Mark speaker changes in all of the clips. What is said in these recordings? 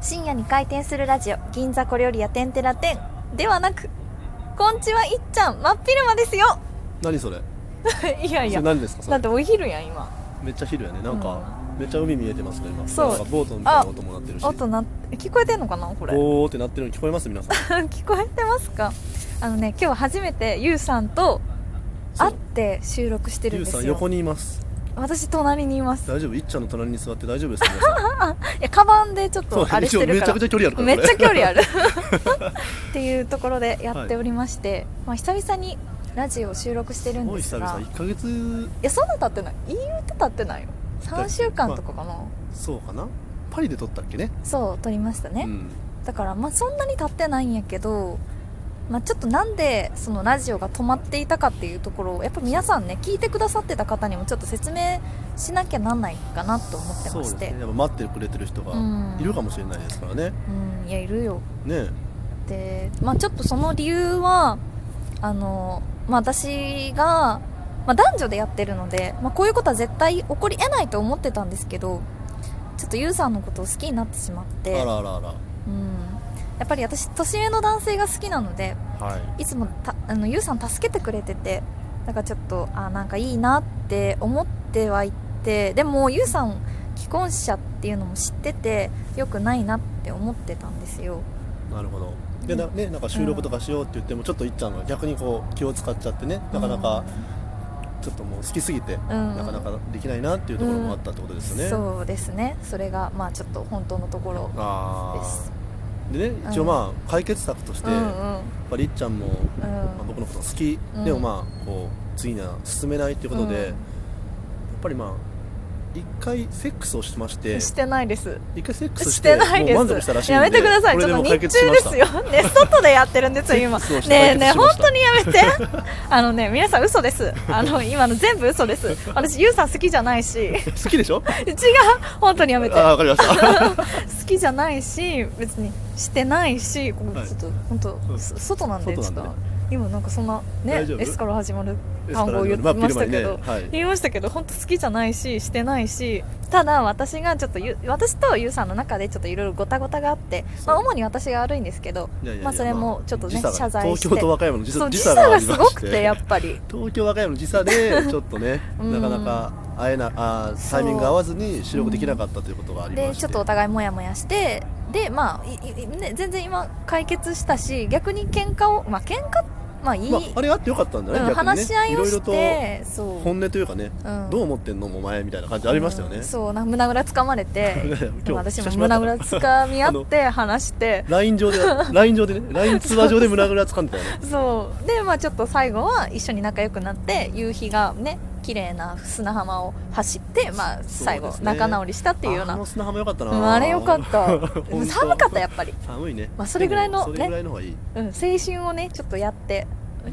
Speaker 1: 深夜に開店するラジオ銀座小料理屋てんてらてんではなくこんちはいっちゃん真っ昼間ですよ
Speaker 2: 何それ
Speaker 1: いやい
Speaker 2: そ
Speaker 1: やだ
Speaker 2: れ何ですかそれ
Speaker 1: ってお昼やん今
Speaker 2: めっちゃ昼やねなんか、めっちゃ海見えてますね今
Speaker 1: そう
Speaker 2: なんかボートみたいな音も鳴ってるし
Speaker 1: 音な聞こえてんのかなこれ
Speaker 2: ゴーって鳴ってるの聞こえます皆さ ん
Speaker 1: 聞こえてますかあのね今日初めてゆうさんと
Speaker 2: そう
Speaker 1: 会って収録してるん
Speaker 2: ゆう
Speaker 1: で
Speaker 2: さ
Speaker 1: す
Speaker 2: ん
Speaker 1: よ
Speaker 2: 横にいます
Speaker 1: 私隣にいます
Speaker 2: 大丈夫いっちゃんの隣に座って大丈夫ですか皆さん
Speaker 1: いやカバンでちょっとあれしてるから
Speaker 2: めちゃくちゃ距離あるから
Speaker 1: め
Speaker 2: ね
Speaker 1: っちゃ距離 あるっていうところでやっておりまして、まあ、久々にラジオを収録してる
Speaker 2: す
Speaker 1: ん
Speaker 2: ごい
Speaker 1: です
Speaker 2: 久
Speaker 1: が
Speaker 2: 々
Speaker 1: い
Speaker 2: 1ヶ月
Speaker 1: やそんな経ってない言うて経ってないよ3週間とかかな、
Speaker 2: そうかなパリで撮ったっけね
Speaker 1: そう撮りましたね、
Speaker 2: うん、
Speaker 1: だからまあそんなに経ってないんやけど、まあ、ちょっとなんでそのラジオが止まっていたかっていうところをやっぱ皆さんね聞いてくださってた方にもちょっと説明しなきゃなんないかなと思って
Speaker 2: そ
Speaker 1: ま
Speaker 2: うで
Speaker 1: し
Speaker 2: す
Speaker 1: て
Speaker 2: ねやっぱ待ってくれてる人が
Speaker 1: うん
Speaker 2: いるかもしれないですからね、
Speaker 1: うんいやいるよ
Speaker 2: ね
Speaker 1: で、まあ、ちょっとその理由はあの、まあ、私が、まあ、男女でやってるので、まあ、こういうことは絶対起こりえないと思ってたんですけどちょっとユウさんのことを好きになってしまっ
Speaker 2: え
Speaker 1: て、
Speaker 2: あらあら
Speaker 1: う
Speaker 2: あら
Speaker 1: ん、やっぱり私年上の男性が好きなので
Speaker 2: はい
Speaker 1: いつもたあのユウさん助けてくれててなんかちょっとあなんかいいなって思ってはいてでもユウさん既婚者っていうのも知っててよくないなって思ってたんですよ。
Speaker 2: なるほどでな,、ね、なんか収録とかしようって言ってもちょっといっちゃんが逆にこう気を使っちゃってねなかなかちょっともう好きすぎて、
Speaker 1: うん
Speaker 2: なかなかできないなっていうところもあったってことですよね、
Speaker 1: そうですねそれがまあちょっと本当のところ
Speaker 2: あ
Speaker 1: です
Speaker 2: あでね一応まあ解決策として、
Speaker 1: うんう
Speaker 2: やっ
Speaker 1: ん
Speaker 2: ぱりいっちゃんも、
Speaker 1: う
Speaker 2: まあ
Speaker 1: ん
Speaker 2: 僕のこと好き、
Speaker 1: うん
Speaker 2: でもまあこう次には進めないっていうことで、
Speaker 1: うん
Speaker 2: やっぱりまあ一回セックスをしまして
Speaker 1: してないです
Speaker 2: 一回セックスし
Speaker 1: しててないです
Speaker 2: もう満足したらしいんで
Speaker 1: やめてください
Speaker 2: こ
Speaker 1: ち
Speaker 2: れ
Speaker 1: ょ
Speaker 2: で
Speaker 1: っ
Speaker 2: も
Speaker 1: と
Speaker 2: う
Speaker 1: 日中で
Speaker 2: 解決しました
Speaker 1: すよね外でやってるんですよ今ね
Speaker 2: セックスをして
Speaker 1: え
Speaker 2: 解
Speaker 1: ね
Speaker 2: 決
Speaker 1: え
Speaker 2: しま
Speaker 1: 本
Speaker 2: した
Speaker 1: 当にやめて あのね皆さん嘘ですあの今の全部嘘です私ユウさん好きじゃないし違う
Speaker 2: 好きでしょ
Speaker 1: 本当にやめて
Speaker 2: ああ分かりました
Speaker 1: 好きじゃないし別にしてないしここ
Speaker 2: はい
Speaker 1: ちょっと本
Speaker 2: う
Speaker 1: 当
Speaker 2: ん
Speaker 1: そ外なんでちょ
Speaker 2: 外な
Speaker 1: っ
Speaker 2: んで
Speaker 1: と
Speaker 2: ね
Speaker 1: 今なんかそんなね
Speaker 2: 大丈夫
Speaker 1: エスから始まる単語を言って
Speaker 2: エスパ
Speaker 1: ま
Speaker 2: ラ
Speaker 1: し
Speaker 2: ダ
Speaker 1: た
Speaker 2: に
Speaker 1: け
Speaker 2: ね
Speaker 1: ど
Speaker 2: はい
Speaker 1: 言いましたけど本当好きじゃないししてないしただ私がちょっとゆ私とゆうさんの中でちょっといろいろごたごたがあって、まあ、
Speaker 2: そう
Speaker 1: 主に私が悪いんですけど
Speaker 2: いやいやいや
Speaker 1: まあ、それもちょっとね
Speaker 2: 時差が
Speaker 1: 謝罪して
Speaker 2: 東京と和歌山の時
Speaker 1: そ
Speaker 2: 差
Speaker 1: う時
Speaker 2: 時
Speaker 1: 差
Speaker 2: 差があ
Speaker 1: が
Speaker 2: り
Speaker 1: す
Speaker 2: ま
Speaker 1: ご
Speaker 2: し
Speaker 1: くてやっぱり
Speaker 2: 東京和歌山の時 差でちょっとね
Speaker 1: うん
Speaker 2: なかなか会えなあータイミングが合わずに収録できなかったということがありまして、
Speaker 1: でちょっとお互いモヤモヤしてでまあいいいね、全然今解決したし逆に喧嘩をまあ喧嘩まあいい、
Speaker 2: まあ、あれがあってよかったんじゃない、
Speaker 1: うん、
Speaker 2: 逆にね
Speaker 1: 話し合いをし
Speaker 2: ろいろ
Speaker 1: て
Speaker 2: と
Speaker 1: そう
Speaker 2: 本音というかね、
Speaker 1: うん
Speaker 2: どう思ってんのお前みたいな感じありましたよね、
Speaker 1: うんそうなんか胸ぐらつかまれて
Speaker 2: 今日
Speaker 1: でも私も
Speaker 2: 久しぶ
Speaker 1: 胸
Speaker 2: りだった
Speaker 1: ぐらつかみ合って話して
Speaker 2: ライン上で、ライン上 でね、ライン通話上で胸ぐらつかんでたよね。
Speaker 1: そうでまあちょっと最後は一緒に仲良くなって夕日がね綺麗な砂浜を走ってまあ最
Speaker 2: そう
Speaker 1: 後
Speaker 2: ですね
Speaker 1: 仲直りしたっていうよう
Speaker 2: あ
Speaker 1: な
Speaker 2: の砂浜良かった
Speaker 1: う
Speaker 2: な。
Speaker 1: んあれよかった
Speaker 2: 本当
Speaker 1: 寒かったやっぱり、
Speaker 2: 寒いね。
Speaker 1: まあそれぐらいの
Speaker 2: でもそれぐらいの方がいい。
Speaker 1: うん、青春をねちょっとやって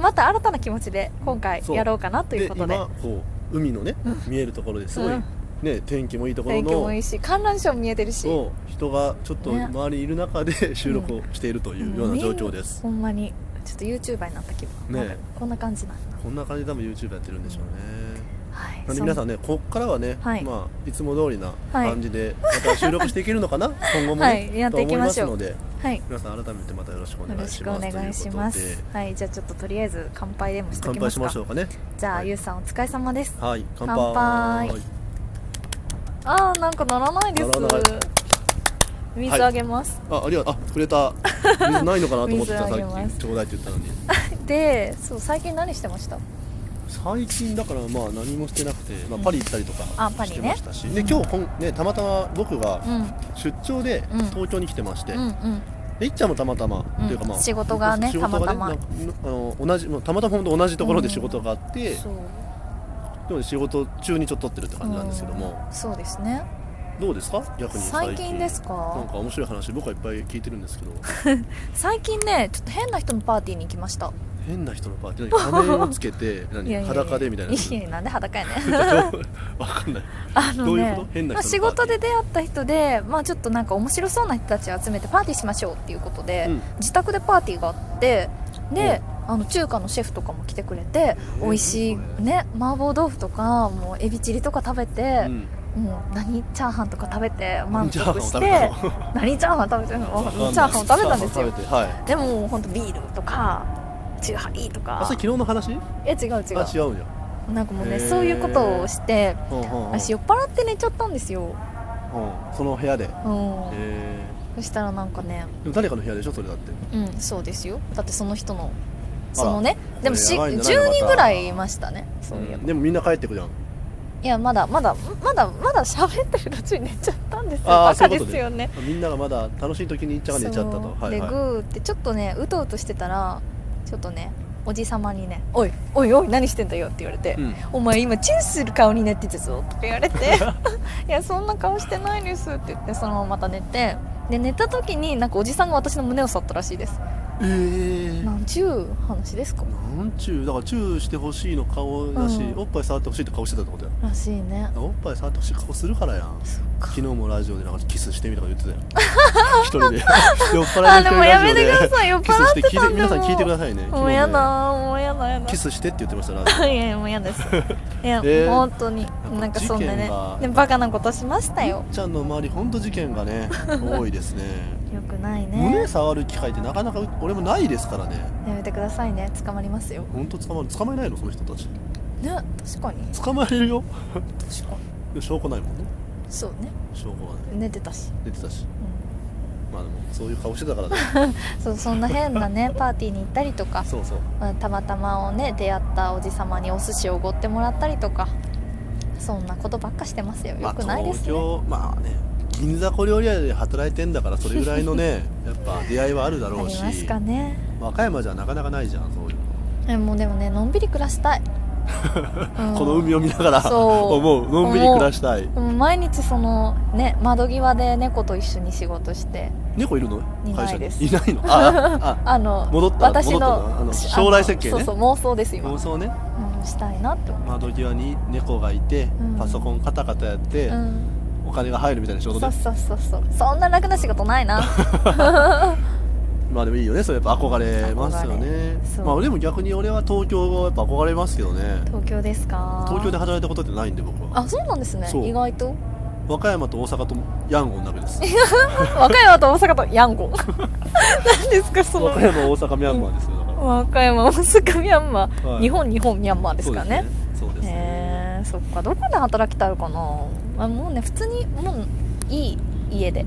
Speaker 1: また新たな気持ちで今回
Speaker 2: そう
Speaker 1: やろうかなということで
Speaker 2: 今こう海のね見えるところですごい、
Speaker 1: うん
Speaker 2: ね天気もいいところ
Speaker 1: 天気もい
Speaker 2: の
Speaker 1: いし観覧車も見えてるし
Speaker 2: そう人がちょっと
Speaker 1: ね
Speaker 2: 周りにいる中で収録をしているというような状況です、
Speaker 1: ほんまにちょっと YouTuber になった気分、
Speaker 2: ね
Speaker 1: な
Speaker 2: え
Speaker 1: んかこんな感じなんだ
Speaker 2: こんな感じで多分 YouTube やってるんでしょうね
Speaker 1: はい
Speaker 2: なんで皆さんねこっからはね、
Speaker 1: はい
Speaker 2: い、まあいつも通りな感じでまた収録していけるのかな今後もね、
Speaker 1: はいやっていきましょう
Speaker 2: と思いますので
Speaker 1: そんはい
Speaker 2: 皆さん改めてまたよろしくお
Speaker 1: よ
Speaker 2: 願
Speaker 1: ろ
Speaker 2: い
Speaker 1: し
Speaker 2: し
Speaker 1: くお
Speaker 2: ます
Speaker 1: 願いします
Speaker 2: ということで
Speaker 1: はいじゃあちょっととりあえず乾杯でもしと
Speaker 2: 乾
Speaker 1: きま
Speaker 2: 杯
Speaker 1: す
Speaker 2: し
Speaker 1: か
Speaker 2: ましょうかね
Speaker 1: じゃあ、
Speaker 2: はい
Speaker 1: ゆうさんお疲れ様です
Speaker 2: はい乾杯
Speaker 1: 乾杯あーなんかならないです
Speaker 2: ならない
Speaker 1: 水あげます、
Speaker 2: あありがとうあくれた水ないのかなと思ってた
Speaker 1: 水
Speaker 2: さ
Speaker 1: あげま
Speaker 2: っ
Speaker 1: す
Speaker 2: きちょうだいって言ったのに
Speaker 1: でそう最近何してました
Speaker 2: 最近だからまあ何もしてなくて、まあ、パリ行ったりと
Speaker 1: あ
Speaker 2: か
Speaker 1: パリ
Speaker 2: し
Speaker 1: ね
Speaker 2: てましたし、で今日こん、ね、たまたま僕が
Speaker 1: うん
Speaker 2: 出張で
Speaker 1: うん
Speaker 2: 東京に来てまして、
Speaker 1: うんうん
Speaker 2: でいっちゃんもたまたま、
Speaker 1: うん
Speaker 2: というかまあ
Speaker 1: 仕事がね
Speaker 2: 仕
Speaker 1: た
Speaker 2: 事
Speaker 1: またま
Speaker 2: なんかあの同じもうたまたま本当同じところで仕事があって、
Speaker 1: そう
Speaker 2: でも仕事中にちょっと撮ってるって感じなんですけども、
Speaker 1: そうですね
Speaker 2: どうですか逆に
Speaker 1: 最
Speaker 2: 最近
Speaker 1: 近です
Speaker 2: なん
Speaker 1: か
Speaker 2: か面白い話僕はいっぱい聞いてるんで すけど
Speaker 1: 最近ねちょっと変な人のパーティーに行きました
Speaker 2: 変な人のパーティー何羽をつ けて何
Speaker 1: いやいやいや
Speaker 2: 裸でみたいなやつ
Speaker 1: いやなんで裸やねん
Speaker 2: わかんない
Speaker 1: あのね
Speaker 2: どういうこと変な人のパーティー
Speaker 1: まあ、仕事で出会った人で、まあ、ちょっとなんか面白そうな人たちを集めてパーティーしましょうっていうことで、
Speaker 2: うん
Speaker 1: 自宅でパーティーがあってで、あの中華のシェフとかも来てくれて、
Speaker 2: ー
Speaker 1: 美味しいね麻婆豆腐とかもうエビチリとか食べて、
Speaker 2: うん
Speaker 1: もう何チャーハンとか食べて満
Speaker 2: チャーハンを
Speaker 1: 足し
Speaker 2: 食べた
Speaker 1: て
Speaker 2: の
Speaker 1: 何チャーハン食べてる
Speaker 2: わかんな
Speaker 1: の
Speaker 2: い
Speaker 1: チャーハンを食べたんです
Speaker 2: チャーハン
Speaker 1: よ
Speaker 2: 食べてはい
Speaker 1: でも本当ビールとかチューハイと
Speaker 2: あ
Speaker 1: か
Speaker 2: それ昨日の話
Speaker 1: え違う違
Speaker 2: あ違
Speaker 1: う
Speaker 2: うんや
Speaker 1: なんかもう
Speaker 2: へ
Speaker 1: ね
Speaker 2: ー
Speaker 1: そういうことをして
Speaker 2: うんうんうん
Speaker 1: 私酔っ払って寝ちゃったんですよ、
Speaker 2: うんその部屋でへ
Speaker 1: うん、
Speaker 2: え
Speaker 1: そしたらなんかね
Speaker 2: でも誰かの部屋でしょそれだって
Speaker 1: うんそうですよだってその人のそのねで
Speaker 2: ら
Speaker 1: も
Speaker 2: これ
Speaker 1: し
Speaker 2: やばいん
Speaker 1: 10
Speaker 2: じゃないの
Speaker 1: 人
Speaker 2: また
Speaker 1: ぐらいいましたねそういえば
Speaker 2: でもみんな帰ってくじゃん
Speaker 1: いやまだまだまだまだ喋ってる途中に寝ちゃったんですよ
Speaker 2: あ
Speaker 1: バ
Speaker 2: ーそ
Speaker 1: カ
Speaker 2: うい
Speaker 1: で
Speaker 2: うことね
Speaker 1: すよね
Speaker 2: みんながまだ楽しい時にいっちゃんが寝ちゃったと
Speaker 1: そう
Speaker 2: はい
Speaker 1: でグ
Speaker 2: は
Speaker 1: ーってちょっとねうとうとしてたらちょっとねおじさまにね「おいおいおい何してんだよ」って言われて
Speaker 2: いうん
Speaker 1: 「お前今チューする顔になってたぞ」とか言われて 「いやそんな顔してないです」って言ってそのまままた寝てで寝た時になんかおじさんが私の胸を触ったらしいです
Speaker 2: ええ
Speaker 1: なんちゅう話ですか
Speaker 2: なんちゅうだからチューしてほしいの顔だし、
Speaker 1: うん
Speaker 2: おっぱい触ってほしいって顔してたってことや
Speaker 1: らしいね
Speaker 2: おっぱい触ってほしい顔するからやん
Speaker 1: そっか
Speaker 2: 昨日もラジオでなんかキスしてみたいなこと言ってたよ 一人で酔っ払
Speaker 1: あ
Speaker 2: い
Speaker 1: で
Speaker 2: の一人
Speaker 1: もやめ
Speaker 2: ラジ
Speaker 1: てくだ
Speaker 2: オで
Speaker 1: さい 酔っ
Speaker 2: キス
Speaker 1: 払
Speaker 2: し
Speaker 1: ってて
Speaker 2: 聞い
Speaker 1: たん
Speaker 2: て
Speaker 1: で
Speaker 2: 皆さん聞いてく
Speaker 1: も
Speaker 2: ださいね
Speaker 1: もう
Speaker 2: 昨日
Speaker 1: や
Speaker 2: ね
Speaker 1: だもうやだやだ
Speaker 2: キスしてって言ってましたラジオ
Speaker 1: いやいやもう嫌ですいや、
Speaker 2: えー
Speaker 1: 本当に
Speaker 2: ぱ
Speaker 1: なんかそんな
Speaker 2: 事件
Speaker 1: ね
Speaker 2: が
Speaker 1: でバカなことしましたよ
Speaker 2: みっちゃんの周りほんと事件 がね多いですね
Speaker 1: よくないね
Speaker 2: 胸触る機会ってなかなか俺もないですからね
Speaker 1: やめてくださいね捕まりますよ
Speaker 2: ほんと捕まる捕まえないのその人たち
Speaker 1: ね確かに
Speaker 2: 捕まえれるよ
Speaker 1: 確かに
Speaker 2: でも証拠ないもんね
Speaker 1: そうね
Speaker 2: 証拠がね
Speaker 1: 寝てたし、
Speaker 2: 出てたし
Speaker 1: う
Speaker 2: まあでもそういう顔してたか らね
Speaker 1: ん、そうそんな変な ねパーティーに行ったりとか、
Speaker 2: そうそう
Speaker 1: まあたまたまをね出会ったおじさまにお寿司をおごってもらったりとかそんなことばっかしてますよよくないですね、
Speaker 2: まあ、東京まあね銀座小料理屋で働いてんだからそれぐらい のねやっぱ出会いはあるだろ
Speaker 1: あ
Speaker 2: う
Speaker 1: り
Speaker 2: し
Speaker 1: ますかね
Speaker 2: 和歌山じゃなかなかないじゃんそういう
Speaker 1: えもうでもねのんびり暮らした い、うん
Speaker 2: の、この海を見ながら
Speaker 1: そう
Speaker 2: 思うのんびり暮らしたい
Speaker 1: もう毎日そのね窓際で猫と一緒に仕事して
Speaker 2: 猫いるの
Speaker 1: いない
Speaker 2: 会社に
Speaker 1: です
Speaker 2: いないの ああ
Speaker 1: あの
Speaker 2: 戻ったら
Speaker 1: 私の
Speaker 2: 戻ったらあの
Speaker 1: し
Speaker 2: 将来設計ね
Speaker 1: そうそう妄想です
Speaker 2: あ
Speaker 1: 今、う
Speaker 2: 妄想ね
Speaker 1: ん、したいなって思
Speaker 2: 窓際に猫がいて、
Speaker 1: うん
Speaker 2: パソコンカタカタやって、
Speaker 1: う、うん、
Speaker 2: お金が入るみたいな仕
Speaker 1: そ
Speaker 2: 事
Speaker 1: う
Speaker 2: で
Speaker 1: そうそうそうそんな楽な仕事ない な
Speaker 2: まあでもいいよねそれやっぱ憧れますよね
Speaker 1: 憧れそう
Speaker 2: まあでも逆に俺は東京はやっぱ憧れますけどね
Speaker 1: 東京ですか
Speaker 2: 東京で働いたことってないんで僕は
Speaker 1: あそうなんですね
Speaker 2: そう
Speaker 1: 意外と
Speaker 2: 和歌山と大阪とヤンゴンだけです
Speaker 1: 和歌山と大阪とヤンゴ ン何ですかそ
Speaker 2: 和
Speaker 1: の
Speaker 2: 歌山大阪ミャンマーですよだから、
Speaker 1: 和歌山大阪ミャンマー、
Speaker 2: はい
Speaker 1: 日本日本ミャンマーです
Speaker 2: そう
Speaker 1: か
Speaker 2: です
Speaker 1: ね
Speaker 2: ねそうですね
Speaker 1: へえそっかどこで働きたいかなあもうね普通にもういい家で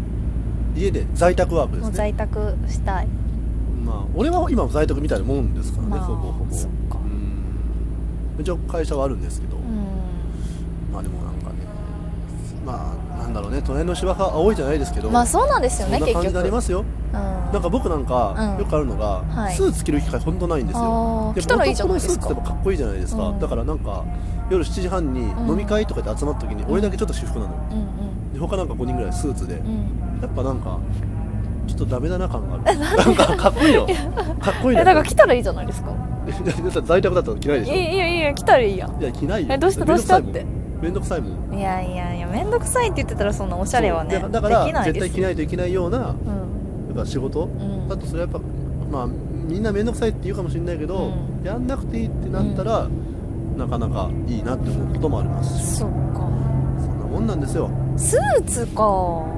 Speaker 2: 家で在宅ワークで
Speaker 1: も
Speaker 2: す
Speaker 1: う
Speaker 2: ね
Speaker 1: 在宅したい
Speaker 2: まあ俺は今在宅みたいなもんですからね、
Speaker 1: まあ
Speaker 2: ほぼほぼ
Speaker 1: そっか
Speaker 2: うん一応会社はあるんですけど、
Speaker 1: うん
Speaker 2: まあでもなんかねまあなんだろうね隣の芝生は青いじゃないですけど
Speaker 1: まあそうなんですよね
Speaker 2: そん
Speaker 1: 結
Speaker 2: な
Speaker 1: 局
Speaker 2: 感じになりますよ
Speaker 1: うん
Speaker 2: なんか僕なんか
Speaker 1: うん
Speaker 2: よくあるのが、
Speaker 1: はい
Speaker 2: スーツ着る機会ほんとないんですよ
Speaker 1: あー
Speaker 2: で
Speaker 1: 来たらいいじゃないですか
Speaker 2: 男のスーツってやっぱかっこいいじゃないですか、
Speaker 1: うん
Speaker 2: だからなんか夜7時半に
Speaker 1: うん
Speaker 2: 飲み会とかで集まった時に俺だけちょっと私服なのよ
Speaker 1: うんうん
Speaker 2: で他なんか5人ぐらいスーツで、
Speaker 1: うん
Speaker 2: やっぱなんかちょっとダメだな 感があるなんかかっこいいよかっこいい
Speaker 1: えだから
Speaker 2: な
Speaker 1: 来たらいいじゃないですか
Speaker 2: 在宅だったら 着ないで
Speaker 1: い
Speaker 2: し
Speaker 1: や
Speaker 2: ょい
Speaker 1: いやいや来たらいいやん
Speaker 2: や着ないよ
Speaker 1: えどうしたどうしたって
Speaker 2: めんどくさいもんめんどくさいもん
Speaker 1: いやいやいや面倒くさいって言ってたらそんなおしゃれはね
Speaker 2: そうだから
Speaker 1: でき
Speaker 2: だか
Speaker 1: な
Speaker 2: ら
Speaker 1: い
Speaker 2: 絶
Speaker 1: で
Speaker 2: 対
Speaker 1: す
Speaker 2: 着ないといけないような
Speaker 1: うん
Speaker 2: やっぱ仕事
Speaker 1: うん
Speaker 2: だとそれはやっぱまあみんな面倒くさいって言うかもしれないけど、
Speaker 1: うん
Speaker 2: やんなくていいってなったら、なかなかいいなって思うこともありますし
Speaker 1: そっか
Speaker 2: そんなもんなんですよ
Speaker 1: スーツか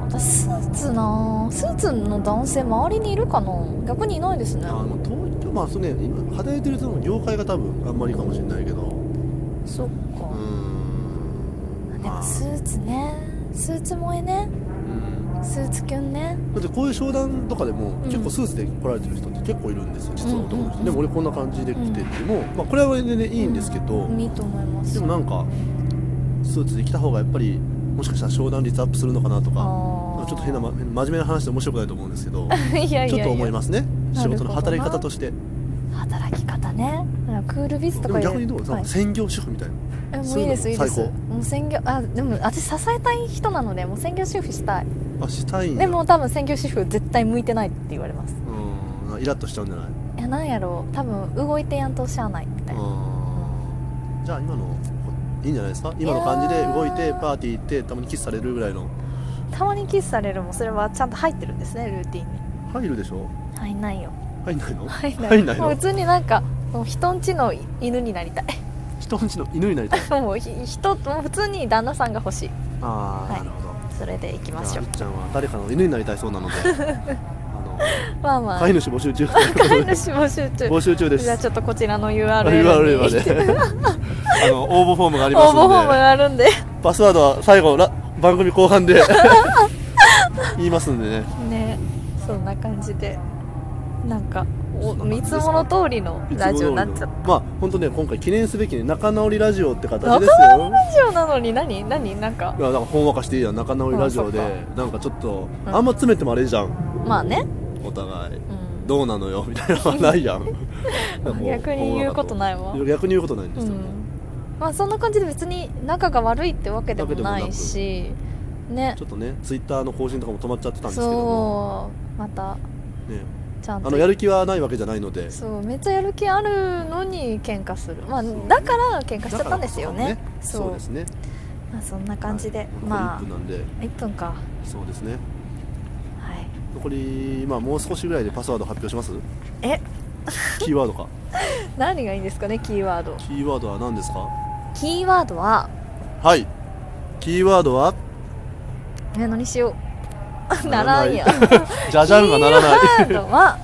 Speaker 1: 私スーツなスーツの男性周りにいるかな逆にいないですね
Speaker 2: あの東京まあそうね今働いてるその業界が多分あんまりかもしれないけどう
Speaker 1: そっ
Speaker 2: ー
Speaker 1: か、で
Speaker 2: んま
Speaker 1: も
Speaker 2: あ
Speaker 1: スーツねスーツ萌えね
Speaker 2: うん
Speaker 1: スーツキュンね
Speaker 2: だってこういう商談とかでも
Speaker 1: うん
Speaker 2: 結構スーツで来られてる人って結構いるんですよ実は男
Speaker 1: う
Speaker 2: の
Speaker 1: んうんう
Speaker 2: 人
Speaker 1: ん
Speaker 2: でも俺こんな感じで来てってもまあこれは全然いいんですけど
Speaker 1: いいと思います
Speaker 2: でもなんかスーツで来た方がやっぱりもしかしたら商談率アップするのかなと
Speaker 1: あ
Speaker 2: か
Speaker 1: ー
Speaker 2: ちょっと変な、ま、真面目な話で面白くないと思うんですけど
Speaker 1: いやいやいや
Speaker 2: ちょっと思いますね
Speaker 1: な
Speaker 2: 仕
Speaker 1: るほどな
Speaker 2: 事の働き方として
Speaker 1: 働き方ねクールビズ
Speaker 2: で
Speaker 1: と
Speaker 2: も
Speaker 1: か
Speaker 2: 逆にどう、
Speaker 1: はい
Speaker 2: 専業主婦みたいな
Speaker 1: えもういいです
Speaker 2: そう
Speaker 1: いい
Speaker 2: い
Speaker 1: う
Speaker 2: の
Speaker 1: です
Speaker 2: 最
Speaker 1: もう専業あでも私支えたい人なのでもう専業主婦したい
Speaker 2: あしたいんや
Speaker 1: でも多分専業主婦絶対向いてないって言われます
Speaker 2: うんなんかイラッとしちゃうんじゃない
Speaker 1: いやなんやろう多分動いてやんとしゃあないみたいな
Speaker 2: うんじゃあ今のいいんじゃないですか今の感じで動いてパーティー行ってたまにキスされるぐらいの
Speaker 1: たまにキスされるもそれはちゃんと入ってるんですねルーティンに
Speaker 2: 入るでしょ
Speaker 1: 入んないよ
Speaker 2: 入んないの
Speaker 1: 入んない
Speaker 2: 入んない
Speaker 1: もう普
Speaker 2: の
Speaker 1: 通になんかもう人んちの犬になりたい
Speaker 2: 人んちの犬になりたい
Speaker 1: もうひ人もう普通に旦那さんが欲しい
Speaker 2: ああ、
Speaker 1: はい
Speaker 2: なるほど
Speaker 1: それで行きまし
Speaker 2: じ
Speaker 1: ょう
Speaker 2: ゃありっちゃんは誰かの犬になりたいそう なのであ
Speaker 1: まあ
Speaker 2: の
Speaker 1: ま
Speaker 2: 飼
Speaker 1: あ
Speaker 2: い主募集中
Speaker 1: 飼い主募集中
Speaker 2: 募集中です
Speaker 1: じゃあちょっとこちらの
Speaker 2: URL
Speaker 1: URL
Speaker 2: ま
Speaker 1: に
Speaker 2: で あの応募フォームがあり
Speaker 1: 応
Speaker 2: ます
Speaker 1: 募フォーム
Speaker 2: ので
Speaker 1: があるんで
Speaker 2: パスワードは最後ら番組後半で 言いますんでね
Speaker 1: ねそんな感じでなんかお
Speaker 2: そんな感
Speaker 1: い
Speaker 2: じ
Speaker 1: つ
Speaker 2: です
Speaker 1: も
Speaker 2: か
Speaker 1: の通りのラジオになっちゃっ
Speaker 2: まあ本当ね今回記念すべきね仲直りラジオって形ですよ
Speaker 1: 仲
Speaker 2: い
Speaker 1: たラジオなのに何何なんか
Speaker 2: やなんかほんわかしていいやん仲直りラジオで
Speaker 1: あそ
Speaker 2: なんかちょっと、
Speaker 1: うん
Speaker 2: あんま詰めてもあれじゃん
Speaker 1: まあね、
Speaker 2: お互い
Speaker 1: うん、
Speaker 2: どうなのよみたいなの はないやんなんかこう
Speaker 1: 逆に言うことないわ
Speaker 2: ほんわかと逆に言うことないんで
Speaker 1: う
Speaker 2: すよ、
Speaker 1: んまあそんな感じで別に仲が悪いってわけでもないしね
Speaker 2: ちょっとねツイッターの更新とかも止まっちゃってたんですけども
Speaker 1: そうまた
Speaker 2: ね、
Speaker 1: ちゃん
Speaker 2: あ
Speaker 1: と
Speaker 2: のやる気はないわけじゃないので
Speaker 1: そうめっちゃやる気あるのに喧嘩するまあ
Speaker 2: そう
Speaker 1: だから喧嘩しちゃったんですよね
Speaker 2: だからこそ
Speaker 1: そう
Speaker 2: かもそうですね
Speaker 1: まあ、そんな感じで、
Speaker 2: はい
Speaker 1: ま
Speaker 2: 残り1分なんで、
Speaker 1: あ1分か
Speaker 2: そうですね
Speaker 1: はい
Speaker 2: 残り、まあ、もう少しぐらいでパスワード発表します
Speaker 1: え
Speaker 2: キーワードか
Speaker 1: 何がいいんですかねキーワード
Speaker 2: キーワードは何ですか
Speaker 1: キーワードは
Speaker 2: はいキーワードは
Speaker 1: え何しような
Speaker 2: なら
Speaker 1: ら
Speaker 2: なんい
Speaker 1: や
Speaker 2: じゃじゃんがならない
Speaker 1: キーワードは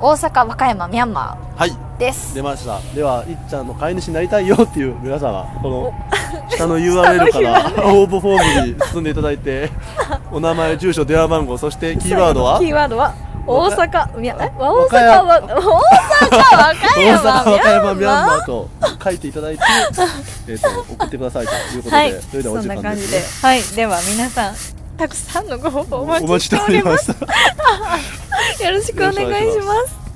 Speaker 1: 大阪和歌山ミャンマ
Speaker 2: はい
Speaker 1: ーです
Speaker 2: 出ましたではいっちゃんの飼い主になりたいよっていう皆様この 下の URL か
Speaker 1: 下の
Speaker 2: ら応募フォームに進んでいただいてお名前住所電話番号そしてキーワードは
Speaker 1: キーワードは大阪みやえ大
Speaker 2: 和歌
Speaker 1: 阪
Speaker 2: 山
Speaker 1: は大阪和歌
Speaker 2: 大
Speaker 1: 山
Speaker 2: 阪和歌山ミ
Speaker 1: ミャンマー
Speaker 2: ャンマーと書いていただい てえっと送ってくださいということで、
Speaker 1: はい
Speaker 2: それではお
Speaker 1: そん
Speaker 2: 時
Speaker 1: な
Speaker 2: 間
Speaker 1: 感
Speaker 2: で
Speaker 1: じ
Speaker 2: す
Speaker 1: で
Speaker 2: ね
Speaker 1: はいでは皆さんたくさんのご応募お
Speaker 2: お
Speaker 1: 待
Speaker 2: 待ち
Speaker 1: ちして
Speaker 2: し
Speaker 1: て
Speaker 2: お
Speaker 1: お
Speaker 2: り
Speaker 1: り
Speaker 2: ま
Speaker 1: ますすよろしくお願いします